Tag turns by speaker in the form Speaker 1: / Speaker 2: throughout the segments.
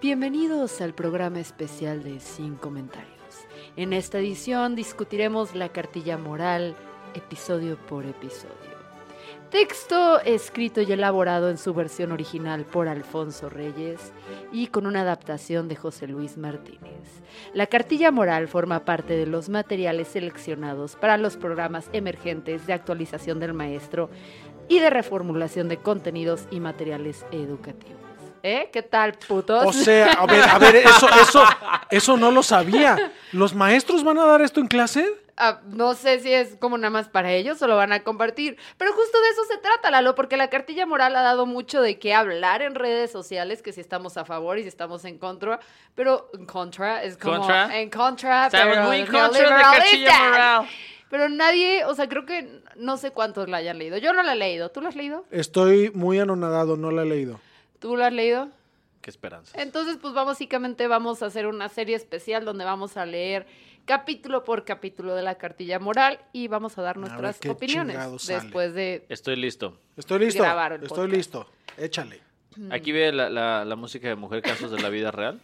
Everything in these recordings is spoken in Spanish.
Speaker 1: Bienvenidos al programa especial de Sin Comentarios. En esta edición discutiremos la cartilla moral episodio por episodio. Texto escrito y elaborado en su versión original por Alfonso Reyes y con una adaptación de José Luis Martínez. La cartilla moral forma parte de los materiales seleccionados para los programas emergentes de actualización del maestro y de reformulación de contenidos y materiales educativos. ¿Eh? ¿Qué tal, putos?
Speaker 2: O sea, a ver, a ver, eso, eso, eso no lo sabía. ¿Los maestros van a dar esto en clase?
Speaker 1: Ah, no sé si es como nada más para ellos o lo van a compartir. Pero justo de eso se trata, Lalo, porque la cartilla moral ha dado mucho de qué hablar en redes sociales, que si estamos a favor y si estamos en contra. Pero en contra es como
Speaker 3: ¿Contra?
Speaker 1: en contra, Ah,
Speaker 3: Estamos
Speaker 1: pero
Speaker 3: muy en contra de
Speaker 1: neoliberalistas.
Speaker 3: cartilla moral.
Speaker 1: Pero nadie, o sea, creo que no sé cuántos la hayan leído. Yo no la he leído. ¿Tú la has leído?
Speaker 2: Estoy muy anonadado, no la he leído.
Speaker 1: ¿Tú la has leído?
Speaker 3: Qué esperanza.
Speaker 1: Entonces, pues básicamente vamos a hacer una serie especial donde vamos a leer capítulo por capítulo de la cartilla moral y vamos a dar nuestras
Speaker 2: qué
Speaker 1: opiniones
Speaker 2: chingado sale.
Speaker 1: después de...
Speaker 3: Estoy listo.
Speaker 2: Estoy listo.
Speaker 1: Grabar el
Speaker 2: Estoy
Speaker 1: podcast.
Speaker 2: listo. Échale.
Speaker 1: Mm.
Speaker 3: Aquí ve la, la- la música de Mujer Casos de la Vida Real.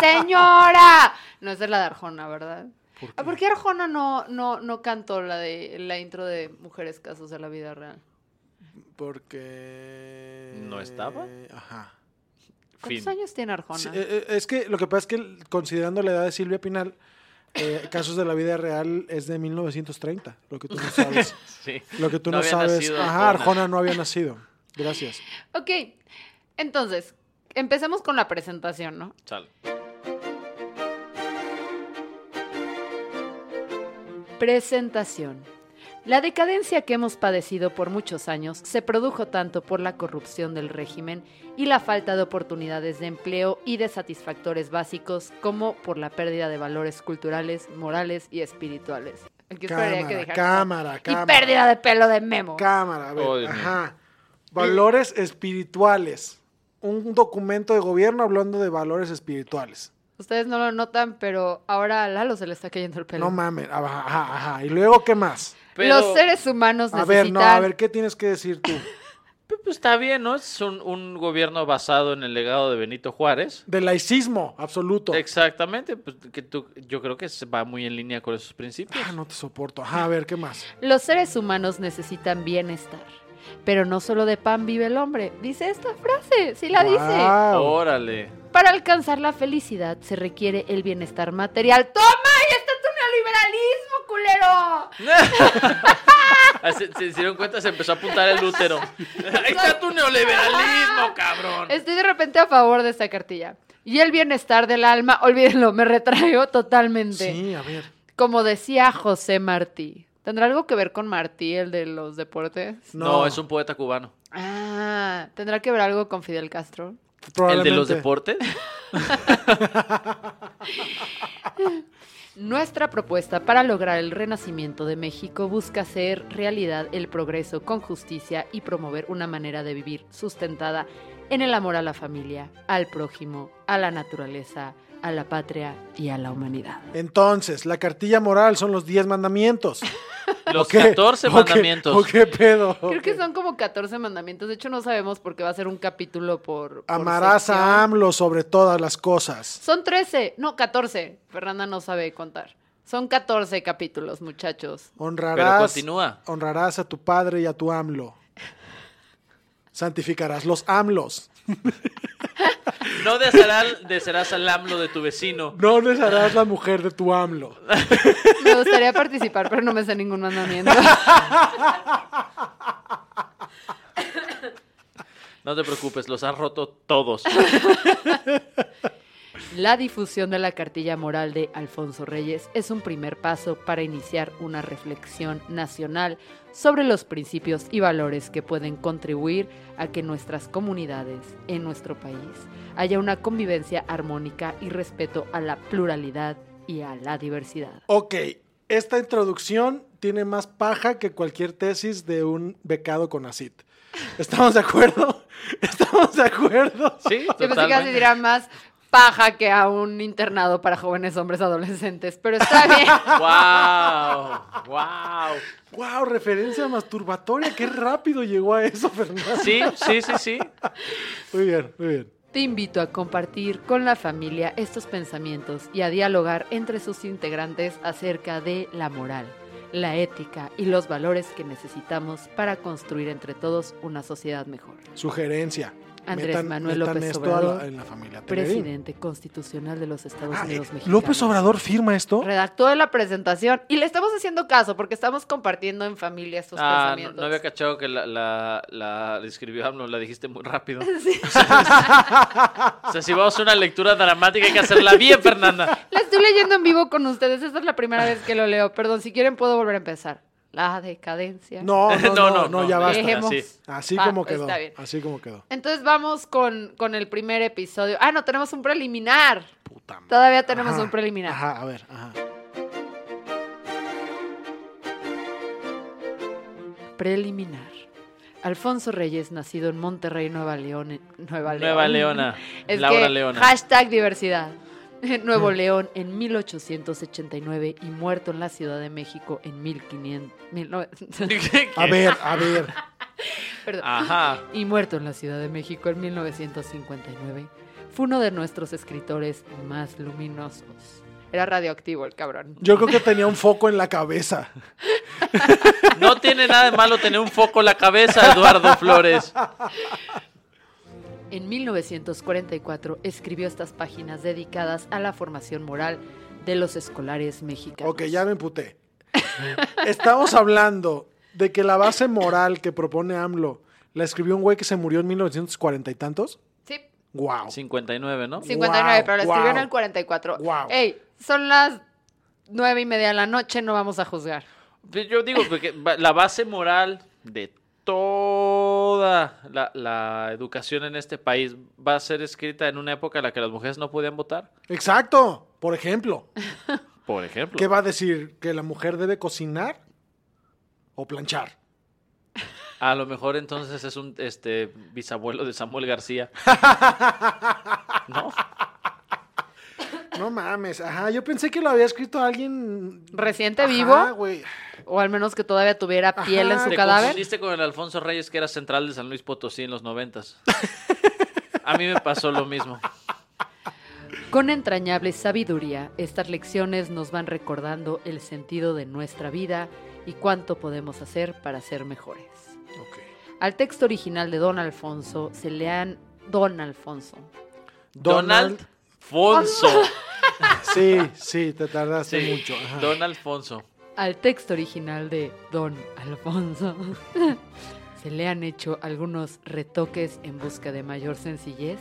Speaker 1: ¡Señora! No esa es la de Arjona, ¿verdad? ¿Por qué, ¿Por qué Arjona no, no, no cantó la de la intro de Mujeres Casos de la Vida Real?
Speaker 2: Porque.
Speaker 3: ¿No estaba?
Speaker 2: Ajá.
Speaker 3: Fin.
Speaker 1: ¿Cuántos años tiene Arjona?
Speaker 2: Sí, eh, eh, es que lo que pasa es que, considerando la edad de Silvia Pinal, eh, Casos de la Vida Real es de 1930, lo que tú no sabes.
Speaker 3: Sí.
Speaker 2: Lo que tú
Speaker 3: No
Speaker 2: no,
Speaker 3: había
Speaker 2: sabes.
Speaker 3: nacido
Speaker 2: Ajá,
Speaker 3: Arjona.
Speaker 2: Arjona no había nacido. Gracias.
Speaker 1: Ok, entonces, empecemos con la presentación, ¿no?
Speaker 3: Sale.
Speaker 1: Presentación. La decadencia que hemos padecido por muchos años se produjo tanto por la corrupción del régimen y la falta de oportunidades de empleo y de satisfactores básicos como por la pérdida de valores culturales, morales y espirituales. Aquí esperaría
Speaker 2: Cámara,
Speaker 1: que dijera-
Speaker 2: cámara, cámara.
Speaker 1: Y pérdida de pelo de Memo.
Speaker 2: Cámara, a ver.
Speaker 3: Oh, Dios mío.
Speaker 2: ajá. Valores espirituales. Un documento de gobierno hablando de valores espirituales.
Speaker 1: Ustedes no lo notan, pero ahora a Lalo se le está cayendo el pelo.
Speaker 2: No mames. Ajá, ajá, ajá. ¿Y luego qué más?
Speaker 3: Pero, pues,
Speaker 1: Los seres humanos
Speaker 2: A
Speaker 1: necesitan...
Speaker 2: ver, no, a ver, ¿qué tienes que decir tú?
Speaker 3: pero, pues, está bien, ¿no? Es un, un gobierno basado en el legado de Benito Juárez.
Speaker 2: De laicismo absoluto.
Speaker 3: Exactamente. Pues, que tú- yo creo que se va muy en línea con esos principios.
Speaker 2: Ah, no te soporto. Ajá, a ver, ¿qué más?
Speaker 1: Los seres humanos necesitan bienestar. Pero no solo de pan vive el hombre. Dice esta frase, sí la dice.
Speaker 3: Oh,
Speaker 2: Guau.
Speaker 3: Órale.
Speaker 1: Para alcanzar la felicidad se requiere el bienestar material. ¡Toma! ¡Ya está tu neoliberalismo, culero!
Speaker 3: Ah, Se, se dieron cuenta, se empezó a apuntar el útero. Ahí está tu neoliberalismo, cabrón.
Speaker 1: Estoy de repente a favor de esta cartilla. Y el bienestar del alma, olvídenlo, me retraigo totalmente.
Speaker 2: Sí, a ver.
Speaker 1: Como decía José Martí. ¿Tendrá algo que ver con Martí, el de los deportes?
Speaker 3: No,
Speaker 2: No.
Speaker 3: es un poeta cubano.
Speaker 1: Ah, ¿tendrá que ver algo con Fidel Castro?
Speaker 3: ¿El de los
Speaker 2: probablemente.
Speaker 3: deportes?
Speaker 1: Nuestra propuesta para lograr el renacimiento de México busca hacer realidad el progreso con justicia y promover una manera de vivir sustentada en el amor a la familia, al prójimo, a la naturaleza, a la patria y a la humanidad.
Speaker 2: Entonces, la cartilla moral son los 10 mandamientos.
Speaker 3: Los
Speaker 2: ¿Qué?
Speaker 3: 14
Speaker 2: ¿O qué-
Speaker 3: mandamientos.
Speaker 2: ¿O qué pedo?
Speaker 1: Creo que son como 14 mandamientos. De hecho, no sabemos por qué va a ser un capítulo por. por
Speaker 2: Amarás
Speaker 1: sección.
Speaker 2: a AMLO sobre todas las cosas.
Speaker 1: Son 13, no, 14. Fernanda no sabe contar. Son 14 capítulos, muchachos.
Speaker 2: Honrarás.
Speaker 3: Pero continúa.
Speaker 2: Honrarás a tu padre y a tu AMLO. Santificarás los AMLOs.
Speaker 3: No desearás, desearás al AMLO de tu vecino.
Speaker 2: No desearás la mujer de tu AMLO.
Speaker 1: Me gustaría participar, pero no me sé ningún mandamiento.
Speaker 3: No te preocupes, los has roto todos.
Speaker 1: La difusión de la cartilla moral de Alfonso Reyes es un primer paso para iniciar una reflexión nacional sobre los principios y valores que pueden contribuir a que en nuestras comunidades, en nuestro país, haya una convivencia armónica y respeto a la pluralidad y a la diversidad.
Speaker 2: Ok, esta introducción tiene más paja que cualquier tesis de un becado con ACID. ¿Estamos de acuerdo? ¿Estamos de acuerdo?
Speaker 3: Sí,
Speaker 1: Yo pensé que así
Speaker 3: totalmente.
Speaker 1: dirá "Ah, más paja que a un internado para jóvenes hombres adolescentes, pero está bien.
Speaker 3: ¡Wow! ¡Wow!
Speaker 2: ¡Wow! Referencia masturbatoria. ¡Qué rápido llegó a eso, Fernando!
Speaker 3: Sí, sí, sí, sí.
Speaker 2: Muy bien, muy bien.
Speaker 1: Te invito a compartir con la familia estos pensamientos y a dialogar entre sus integrantes acerca de la moral, la ética y los valores que necesitamos para construir entre todos una sociedad mejor.
Speaker 2: Sugerencia.
Speaker 1: Andrés
Speaker 2: Metan-
Speaker 1: Manuel
Speaker 2: metan
Speaker 1: López
Speaker 2: esto a la-
Speaker 1: Obrador,
Speaker 2: en la familia Tellerín.
Speaker 1: Presidente constitucional de los Estados
Speaker 2: Ah, eh,
Speaker 1: Unidos mexicanos.
Speaker 2: López Obrador firma esto.
Speaker 1: Redactó de la presentación y le estamos haciendo caso porque estamos compartiendo en familia estos
Speaker 3: Ah, no,
Speaker 1: pensamientos.
Speaker 3: no había cachado que la, la, la escribió AMLO, la dijiste muy rápido.
Speaker 1: Sí.
Speaker 3: O sea, si vamos a una lectura dramática hay que hacerla bien, Fernanda.
Speaker 1: La estoy leyendo en vivo con ustedes. Esta es la primera vez que lo leo. Perdón, si quieren puedo volver a empezar. La decadencia.
Speaker 2: No, no, no, no, ya basta.
Speaker 1: Dejemos.
Speaker 3: Así.
Speaker 2: Así
Speaker 1: Va,
Speaker 2: como quedó.
Speaker 1: está bien.
Speaker 2: Así como quedó.
Speaker 1: Entonces vamos con, con el primer episodio. Ah, no, tenemos un preliminar.
Speaker 2: Puta madre.
Speaker 1: Todavía tenemos
Speaker 2: Ajá,
Speaker 1: un preliminar.
Speaker 2: Ajá, a ver, ajá.
Speaker 1: Preliminar. Alfonso Reyes, nacido en Monterrey, Nueva León. en- Nueva León.
Speaker 3: Nueva Leona.
Speaker 1: Es
Speaker 3: Laura
Speaker 1: que
Speaker 3: Leona.
Speaker 1: Hashtag diversidad. Nuevo
Speaker 2: Mm.
Speaker 1: León en 1889 y muerto en la Ciudad de México en 1500. mil no-
Speaker 3: ¿Qué?
Speaker 2: A ver, a ver.
Speaker 1: perdón.
Speaker 3: Ajá.
Speaker 1: y muerto en la Ciudad de México en 1959, fue uno de nuestros escritores más luminosos. Era radioactivo el cabrón.
Speaker 2: Yo creo que tenía un foco en la cabeza.
Speaker 3: No tiene nada de malo tener un foco en la cabeza, Eduardo Flores.
Speaker 1: En 1944 escribió estas páginas dedicadas a la formación moral de los escolares mexicanos.
Speaker 2: Ok, ya me emputé. Estamos hablando de que la base moral que propone AMLO la escribió un güey que se murió en 1940 y tantos.
Speaker 1: Sí,
Speaker 2: Wow.
Speaker 3: 59, ¿no?
Speaker 1: 59,
Speaker 2: Guau,
Speaker 1: pero la escribió en
Speaker 2: guau.
Speaker 1: el 44.
Speaker 2: Guau.
Speaker 1: Ey, son las nueve y media de la noche, no vamos a juzgar.
Speaker 3: Pues Yo digo porque ba- la base moral de toda la, la educación en este país va a ser escrita en una época en la que las mujeres no podían votar,
Speaker 2: Exacto. Por ejemplo,
Speaker 3: por ejemplo.
Speaker 2: ¿qué va a decir? ¿Que la mujer debe cocinar o planchar?
Speaker 3: A lo mejor entonces es un este bisabuelo de Samuel García. ¿No?
Speaker 2: No mames. Ajá, yo pensé que lo había escrito alguien
Speaker 1: Reciente,
Speaker 2: Ajá,
Speaker 1: vivo,
Speaker 2: güey.
Speaker 1: o al menos que todavía tuviera piel
Speaker 2: Ajá.
Speaker 1: en su
Speaker 3: Te
Speaker 1: cadáver.
Speaker 3: confundiste con el Alfonso Reyes que era central de San Luis Potosí en los noventas. A mí me pasó lo mismo.
Speaker 1: Con entrañable sabiduría, estas lecciones nos van recordando el sentido de nuestra vida y cuánto podemos hacer para ser mejores.
Speaker 2: Ok.
Speaker 1: Al texto original de Don Alfonso se le han Don Alfonso.
Speaker 3: Donald Fonso.
Speaker 2: Sí, sí, te tardaste
Speaker 3: Sí,
Speaker 2: mucho. ajá.
Speaker 3: Don Alfonso.
Speaker 1: Al texto original de Don Alfonso se le han hecho algunos retoques en busca de mayor sencillez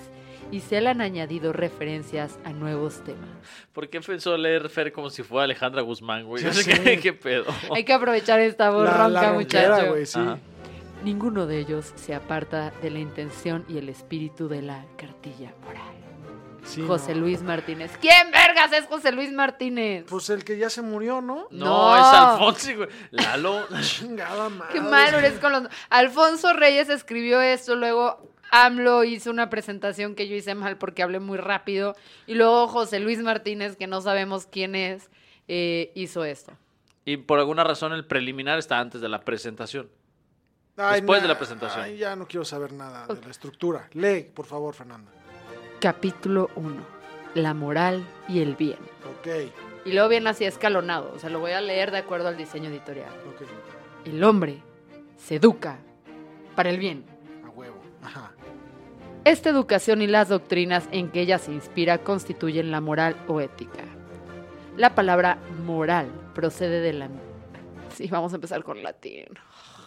Speaker 1: y se le han añadido referencias a nuevos temas.
Speaker 3: ¿Por qué empezó a leer Fer como si fuera Alejandra Guzmán, güey?
Speaker 2: Ya
Speaker 3: No sé
Speaker 2: sé.
Speaker 3: qué, qué pedo.
Speaker 1: Hay que aprovechar esta voz
Speaker 2: Oh. La, la
Speaker 1: ronca,
Speaker 2: ronquera,
Speaker 1: muchachos.
Speaker 2: güey, sí.
Speaker 3: Ajá.
Speaker 1: Ninguno de ellos se aparta de la intención y el espíritu de la cartilla moral.
Speaker 2: Sí,
Speaker 1: José
Speaker 2: no.
Speaker 1: Luis Martínez. ¿Quién vergas es José Luis Martínez?
Speaker 2: Pues el que ya se murió, ¿no?
Speaker 3: No,
Speaker 1: No.
Speaker 3: es Alfonso, güey. Lalo.
Speaker 2: Chingada madre.
Speaker 1: Qué malo eres con los... Alfonso Reyes escribió esto, luego AMLO hizo una presentación que yo hice mal porque hablé muy rápido, y luego José Luis Martínez, que no sabemos quién es, eh, hizo esto.
Speaker 3: Y por alguna razón el preliminar está antes de la presentación.
Speaker 2: Ay,
Speaker 3: Después de
Speaker 2: na-
Speaker 3: la presentación.
Speaker 2: ay, ya no quiero saber nada de la estructura. Lee, por favor, Fernanda.
Speaker 1: Capítulo 1. La moral y el bien.
Speaker 2: Ok,
Speaker 1: Y luego viene así escalonado, o sea, lo voy a leer de acuerdo al diseño editorial.
Speaker 2: ok.
Speaker 1: El hombre se educa para el bien.
Speaker 2: A huevo. Ajá.
Speaker 1: Esta educación y las doctrinas en que ella se inspira constituyen la moral o ética. La palabra moral procede de la... Sí, vamos a empezar con latín.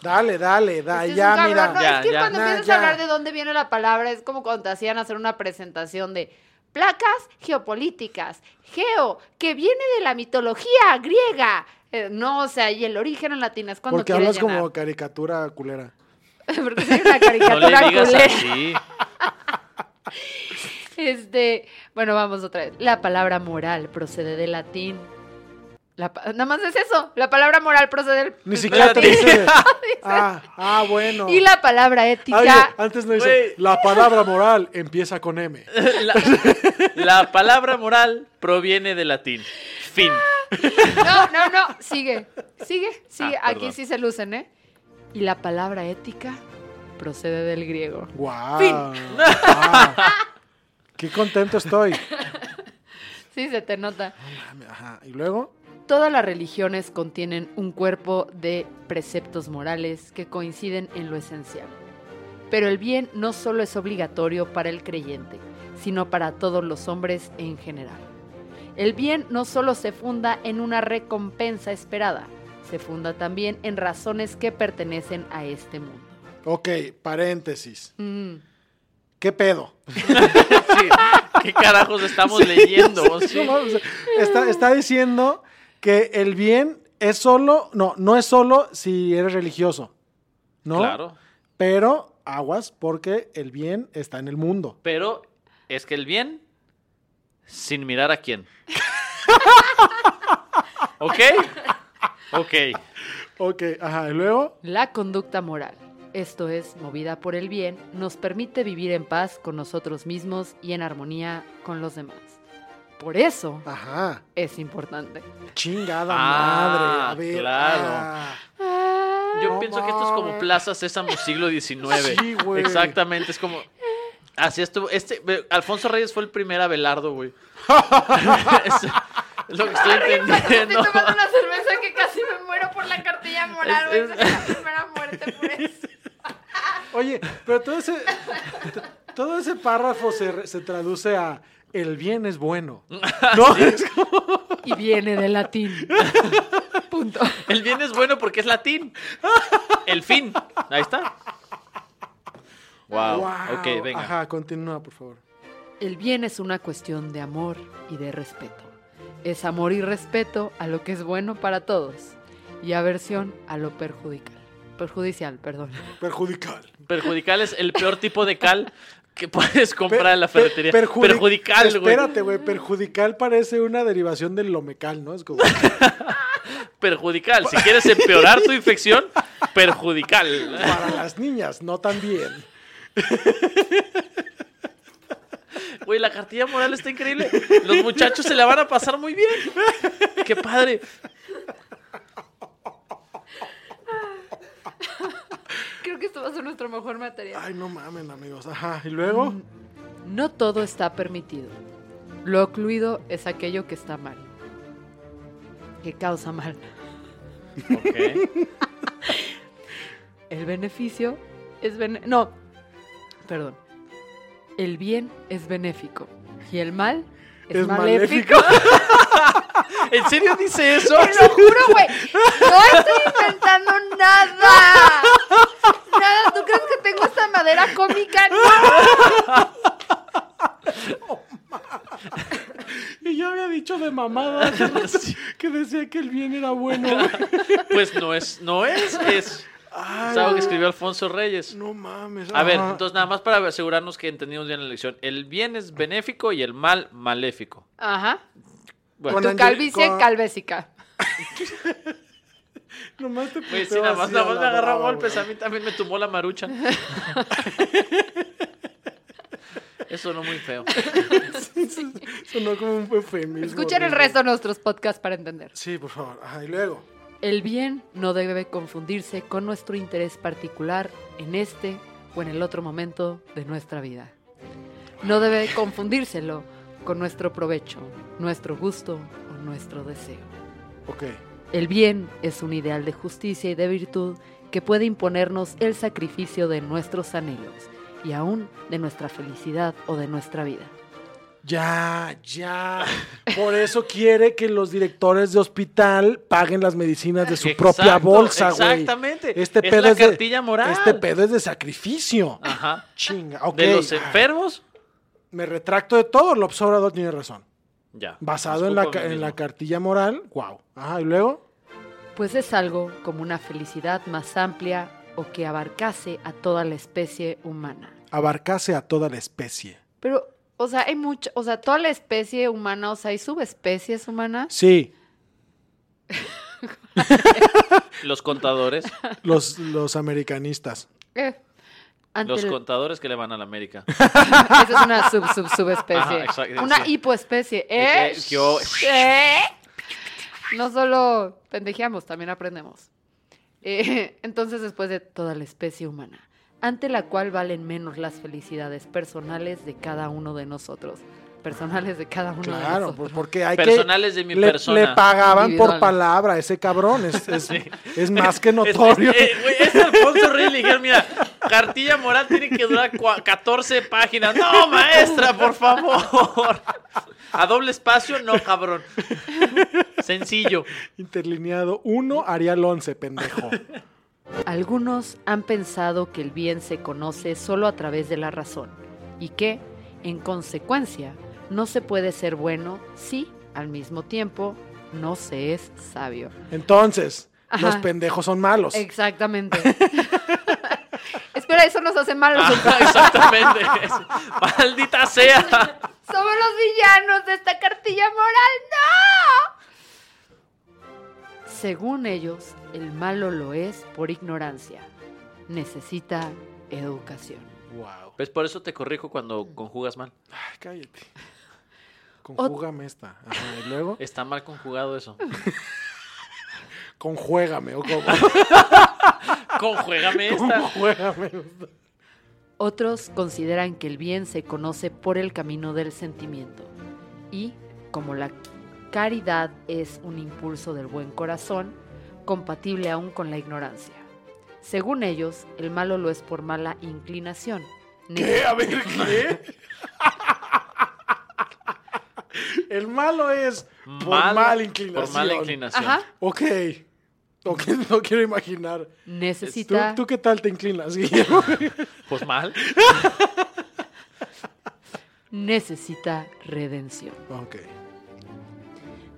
Speaker 2: Dale, dale, da,
Speaker 1: Este es
Speaker 2: Ah, ya,
Speaker 1: un cabrón,
Speaker 2: mira.
Speaker 1: no,
Speaker 3: Ya,
Speaker 1: es que
Speaker 3: ya.
Speaker 1: cuando
Speaker 2: Nah,
Speaker 1: empiezas
Speaker 2: ya.
Speaker 1: a hablar de dónde viene la palabra, es como cuando te hacían hacer una presentación de placas geopolíticas. Geo, que viene de la mitología griega. Eh, no, o sea, y el origen en latinas. cuando
Speaker 2: Porque hablas como caricatura culera.
Speaker 1: Porque soy una
Speaker 3: No le
Speaker 1: caricatura
Speaker 3: digas
Speaker 1: culera.
Speaker 3: así.
Speaker 1: Este, bueno, vamos otra vez. La palabra moral procede del latín. La pa- nada más es eso. La palabra moral procede del
Speaker 2: Ni siquiera te
Speaker 3: espérate.
Speaker 2: dice. Ah, ah, bueno.
Speaker 1: Y la palabra ética.
Speaker 2: Oye, antes no dice.
Speaker 3: Güey.
Speaker 2: La palabra moral empieza con M.
Speaker 3: La, la palabra moral proviene del latín. Fin.
Speaker 1: No, no, no. Sigue. Sigue, sigue.
Speaker 3: Ah,
Speaker 1: Aquí
Speaker 3: perdón.
Speaker 1: sí se lucen, ¿eh? Y la palabra ética procede del griego.
Speaker 2: Guau. Ah, qué contento estoy.
Speaker 1: Sí, se te nota.
Speaker 2: Ajá. Y luego.
Speaker 1: Todas las religiones contienen un cuerpo de preceptos morales que coinciden en lo esencial. Pero el bien no solo es obligatorio para el creyente, sino para todos los hombres en general. El bien no solo se funda en una recompensa esperada, se funda también en razones que pertenecen a este mundo.
Speaker 2: Ok, paréntesis.
Speaker 1: Mm.
Speaker 2: ¿Qué pedo?
Speaker 3: Sí. ¿Qué carajos estamos leyendo? Sí.
Speaker 2: No, o sea, está, está diciendo que el bien es solo. No, no es solo si eres religioso. ¿No?
Speaker 3: Claro.
Speaker 2: Pero aguas porque el bien está en el mundo.
Speaker 3: Pero es que el bien, sin mirar a quién. ¿Ok? Ok.
Speaker 2: Ok, ajá. Y luego.
Speaker 1: La conducta moral, esto es, movida por el bien, nos permite vivir en paz con nosotros mismos y en armonía con los demás. Por eso
Speaker 2: Ajá.
Speaker 1: es importante.
Speaker 2: Chingada
Speaker 3: Ah,
Speaker 2: madre. A ver.
Speaker 3: claro.
Speaker 2: ah.
Speaker 3: Yo
Speaker 2: No
Speaker 3: pienso que esto es como
Speaker 2: mames.
Speaker 3: Plaza Sésamo siglo XIX.
Speaker 2: Sí, güey.
Speaker 3: Exactamente, es como... Así estuvo. Este, ve, Alfonso Reyes fue el primer Abelardo, güey. es lo que estoy entendiendo.
Speaker 1: Estoy tomando una cerveza que casi me muero por la cartilla moral.
Speaker 3: Es-
Speaker 1: güey, esa es la primera muerte por eso.
Speaker 2: Oye, pero todo ese, t- todo ese párrafo se, re- se traduce a el bien es bueno. ¿No? Es como-
Speaker 1: Y viene del latín. Punto.
Speaker 3: El bien es bueno porque es latín. El fin. Ahí está. Wow.
Speaker 2: Guau.
Speaker 3: Ok, venga.
Speaker 2: Ajá, continúa, por favor.
Speaker 1: El bien es una cuestión de amor y de respeto. Es amor y respeto a lo que es bueno para todos y aversión a lo perjudicial. Perjudicial, perdón.
Speaker 2: Perjudical.
Speaker 3: Perjudical es el peor tipo de cal que puedes comprar en la
Speaker 2: Per-
Speaker 3: ferretería.
Speaker 2: per- perjudi-
Speaker 3: perjudical, güey.
Speaker 2: Espérate, güey. Perjudical parece una derivación del lomecal, ¿no? Es como.
Speaker 3: Perjudical. Si quieres empeorar tu infección, perjudical.
Speaker 2: Para las niñas, no tan bien.
Speaker 3: Güey, la cartilla moral está increíble. Los muchachos se la van a pasar muy bien. Qué padre.
Speaker 1: Creo que esto va a ser nuestro mejor material.
Speaker 2: Ay, no mamen, amigos. Mm. Ajá. Y luego.
Speaker 1: Ah. No todo está permitido. Lo ocluido es aquello que está mal. Que causa mal.
Speaker 3: Ok.
Speaker 1: El beneficio es bene- no. Perdón. El bien es benéfico y el mal es,
Speaker 2: Es
Speaker 1: maléfico.
Speaker 2: maléfico.
Speaker 3: ¿En serio dice eso?
Speaker 1: Te lo juro, güey. No estoy inventando nada. Nada, ¿tú crees que tengo esta madera cómica? No.
Speaker 2: Y yo había dicho de mamada hace rato que decía que el bien era bueno. güey.
Speaker 3: Pues no es, no es, es.
Speaker 2: Ay,
Speaker 3: Es algo que escribió Alfonso Reyes.
Speaker 2: no mames.
Speaker 3: A ver,
Speaker 2: ajá.
Speaker 3: entonces nada más para asegurarnos que entendimos bien la lección. El bien es benéfico y el mal maléfico.
Speaker 1: Ajá.
Speaker 3: Bueno,
Speaker 2: Con
Speaker 1: Tu
Speaker 2: Angel-
Speaker 1: calvicie
Speaker 2: con-
Speaker 1: calvésica.
Speaker 2: Nomás te
Speaker 3: Güey, sí,
Speaker 2: puteo
Speaker 3: nada más,
Speaker 2: así
Speaker 3: nada
Speaker 2: a
Speaker 3: más
Speaker 2: la
Speaker 3: me agarró a
Speaker 2: brava,
Speaker 3: golpes.
Speaker 2: güey.
Speaker 3: A mí también me tumbó la marucha. Eso no muy feo.
Speaker 2: Sonó como un eufemismo.
Speaker 1: Escuchen el
Speaker 2: horrible.
Speaker 1: resto de nuestros podcasts para entender.
Speaker 2: Sí, por favor. Ajá, y luego.
Speaker 1: El bien no debe confundirse con nuestro interés particular en este o en el otro momento de nuestra vida. No debe confundírselo con nuestro provecho, nuestro gusto o nuestro deseo.
Speaker 2: Ok.
Speaker 1: El bien es un ideal de justicia y de virtud que puede imponernos el sacrificio de nuestros anhelos y aún de nuestra felicidad o de nuestra vida.
Speaker 2: Ya, ya. Por eso quiere que los directores de hospital paguen las medicinas de su propia
Speaker 3: Exacto,
Speaker 2: bolsa, güey.
Speaker 3: exactamente.
Speaker 2: Este
Speaker 3: Es
Speaker 2: pedo
Speaker 3: la
Speaker 2: es de-
Speaker 3: cartilla moral. Ah,
Speaker 2: Este pedo es de sacrificio.
Speaker 3: Ajá.
Speaker 2: Chinga, ok.
Speaker 3: De los enfermos
Speaker 2: me retracto de todo, López Obrador tiene razón.
Speaker 3: Ya.
Speaker 2: Basado en la,
Speaker 3: Discúlpame
Speaker 2: ca- en la
Speaker 3: mismo.
Speaker 2: cartilla moral, wow. Ajá, y luego,
Speaker 1: Pues es algo como una felicidad más amplia o que abarcase a toda la especie humana.
Speaker 2: abarcase a toda la especie.
Speaker 1: Pero, o sea, hay mucho, o sea, toda la especie humana, o sea, hay subespecies humanas.
Speaker 2: Sí,
Speaker 3: Los contadores.
Speaker 2: los, los americanistas.
Speaker 1: Eh, ante
Speaker 3: los
Speaker 1: el-
Speaker 3: contadores que le van a la América.
Speaker 1: Esa es una sub, sub, subespecie.
Speaker 3: Ajá, exacto,
Speaker 1: una
Speaker 3: sí.
Speaker 1: hipoespecie.
Speaker 3: que-
Speaker 1: ¿Eh?
Speaker 3: que yo-
Speaker 1: ¿Eh? No solo pendejeamos, también aprendemos. Eh, entonces, después de toda la especie humana, ante la cual valen menos las felicidades personales de cada uno de nosotros. Personales de cada uno de
Speaker 2: Claro,
Speaker 1: nosotros.
Speaker 2: por- porque hay
Speaker 3: Personales
Speaker 2: que...
Speaker 3: de mi
Speaker 2: le,
Speaker 3: persona.
Speaker 2: le pagaban por
Speaker 1: Individual.
Speaker 2: palabra a ese cabrón. Es, es- es más que
Speaker 3: Es-
Speaker 2: notorio.
Speaker 3: es- eh, güey, es Alfonso Rey le dijeron, mira, cartilla moral tiene que durar cua- 14 páginas. No, maestra, por favor. A doble espacio, no, cabrón. Sencillo.
Speaker 2: Interlineado 1, Arial 11, pendejo.
Speaker 1: Algunos han pensado que el bien se conoce solo a través de la razón y que, en consecuencia, no se puede ser bueno si, al mismo tiempo, no se es sabio.
Speaker 2: Entonces, los
Speaker 1: Ajá.
Speaker 2: pendejos son malos.
Speaker 1: Exactamente. Espera, eso nos hace malos.
Speaker 3: Ajá, Ah, exactamente. Es- Maldita sea.
Speaker 1: Somos los villanos de esta cartilla moral. ¡No! Según ellos, el malo lo es por ignorancia. Necesita educación.
Speaker 2: Wow.
Speaker 3: Pues por eso te corrijo cuando conjugas mal.
Speaker 2: Ay, cállate. Conjúgame esta. Ajá, y luego,
Speaker 3: Está mal conjugado eso.
Speaker 2: conjuégame. O como,
Speaker 3: Conjuégame esta.
Speaker 2: conjuégame.
Speaker 1: Otros consideran que el bien se conoce por el camino del sentimiento y, como la caridad es un impulso del buen corazón, compatible aún con la ignorancia. Según ellos, el malo lo es por mala inclinación.
Speaker 2: ¿Qué? A ver, ¿qué? El malo es por
Speaker 3: Mal-
Speaker 2: mala inclinación.
Speaker 3: Por mala inclinación.
Speaker 1: Ajá.
Speaker 2: Ok. Ok, no quiero imaginar. ¿Tú,
Speaker 1: Necesita
Speaker 2: tú qué tal te inclinas, Guillermo?
Speaker 3: Pues mal.
Speaker 1: necesita redención.
Speaker 2: ok.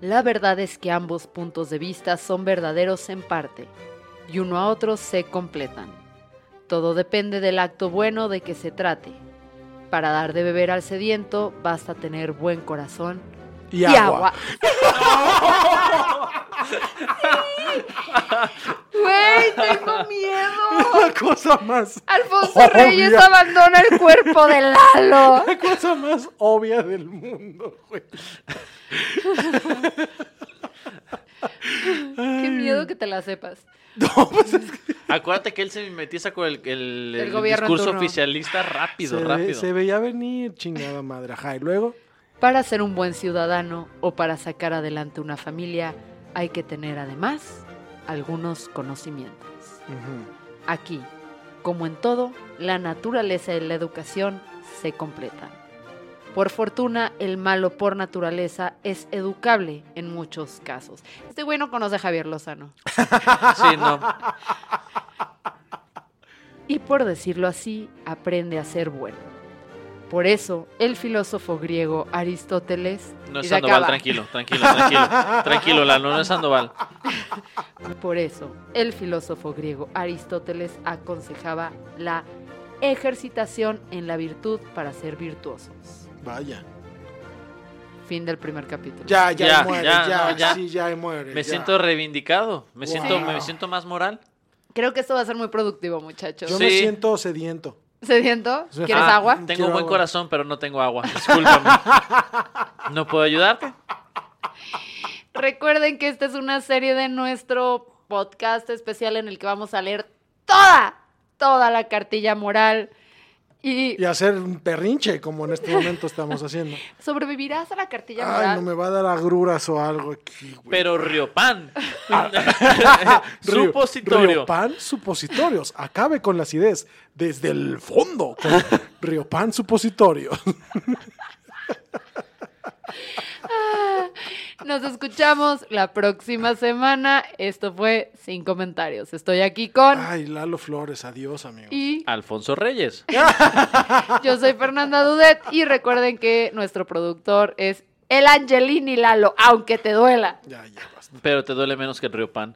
Speaker 1: La verdad es que ambos puntos de vista son verdaderos en parte y uno a otro se completan. Todo depende del acto bueno de que se trate. Para dar de beber al sediento basta tener buen corazón
Speaker 2: Y, agua.
Speaker 1: ¡Güey, tengo miedo!
Speaker 2: La cosa más.
Speaker 1: Alfonso
Speaker 2: Obvio.
Speaker 1: Reyes abandona el cuerpo de Lalo.
Speaker 2: La cosa más obvia del mundo, güey.
Speaker 1: Qué miedo que te la sepas.
Speaker 2: No, pues es que
Speaker 3: Acuérdate que él se mimetiza con el, el-
Speaker 1: El
Speaker 3: el
Speaker 1: gobierno en
Speaker 3: discurso
Speaker 1: turno.
Speaker 3: oficialista rápido,
Speaker 2: se, ve-
Speaker 3: rápido.
Speaker 2: se veía venir, chingada madre. Ajá, y luego.
Speaker 1: Para ser un buen ciudadano o para sacar adelante una familia hay que tener además algunos conocimientos.
Speaker 2: Ujú.
Speaker 1: Aquí, como en todo, la naturaleza y la educación se completan. Por fortuna, el malo por naturaleza es educable en muchos casos. Este güey no conoce a Javier Lozano.
Speaker 3: Sí, no.
Speaker 1: y por decirlo así, aprende a ser bueno. Por eso, el filósofo griego Aristóteles...
Speaker 3: No
Speaker 1: y
Speaker 3: es
Speaker 1: se
Speaker 3: Sandoval,
Speaker 1: acaba.
Speaker 3: tranquilo, tranquilo, tranquilo. Tranquilo, Lalo, no es Sandoval.
Speaker 1: Por eso, el filósofo griego Aristóteles aconsejaba la ejercitación en la virtud para ser virtuosos.
Speaker 2: Vaya.
Speaker 1: Fin del primer capítulo.
Speaker 2: Ya, ya,
Speaker 3: Ya,
Speaker 2: muere, ya,
Speaker 3: ya, no, ya.
Speaker 2: sí, ya muere.
Speaker 3: Me
Speaker 2: ya.
Speaker 3: siento reivindicado, me siento,
Speaker 2: Wow.
Speaker 3: me siento más moral.
Speaker 1: Creo que esto va a ser muy productivo, muchachos.
Speaker 2: Yo me
Speaker 3: Sí.
Speaker 2: siento sediento.
Speaker 1: ¿Sediento?
Speaker 2: Sí.
Speaker 1: ¿Quieres
Speaker 3: Ah,
Speaker 1: agua?
Speaker 3: Tengo
Speaker 2: Quiero
Speaker 3: un buen
Speaker 2: agua.
Speaker 3: corazón, pero no tengo agua. Discúlpame. ¿No puedo ayudarte?
Speaker 1: Recuerden que esta es una serie de nuestro podcast especial en el que vamos a leer toda, toda la cartilla moral. Y
Speaker 2: Y hacer un perrinche, como en este momento estamos haciendo.
Speaker 1: sobrevivirás a la cartilla moral.
Speaker 2: Ay, no me va a dar agruras o algo aquí, güey.
Speaker 3: Pero Riopan.
Speaker 2: Río-
Speaker 3: Supositorio.
Speaker 2: Riopan supositorios. Acabe con la acidez desde el fondo. Con Riopan supositorio.
Speaker 1: Nos escuchamos la próxima semana. Esto fue Sin Comentarios. Estoy aquí con...
Speaker 2: Ay, Lalo Flores, adiós, amigo.
Speaker 1: Y
Speaker 3: Alfonso Reyes.
Speaker 1: yo soy Fernanda Dudet y recuerden que nuestro productor es el Angelini Lalo, aunque te duela.
Speaker 2: Ya, ya, basta.
Speaker 3: Pero te duele menos que el río Pan.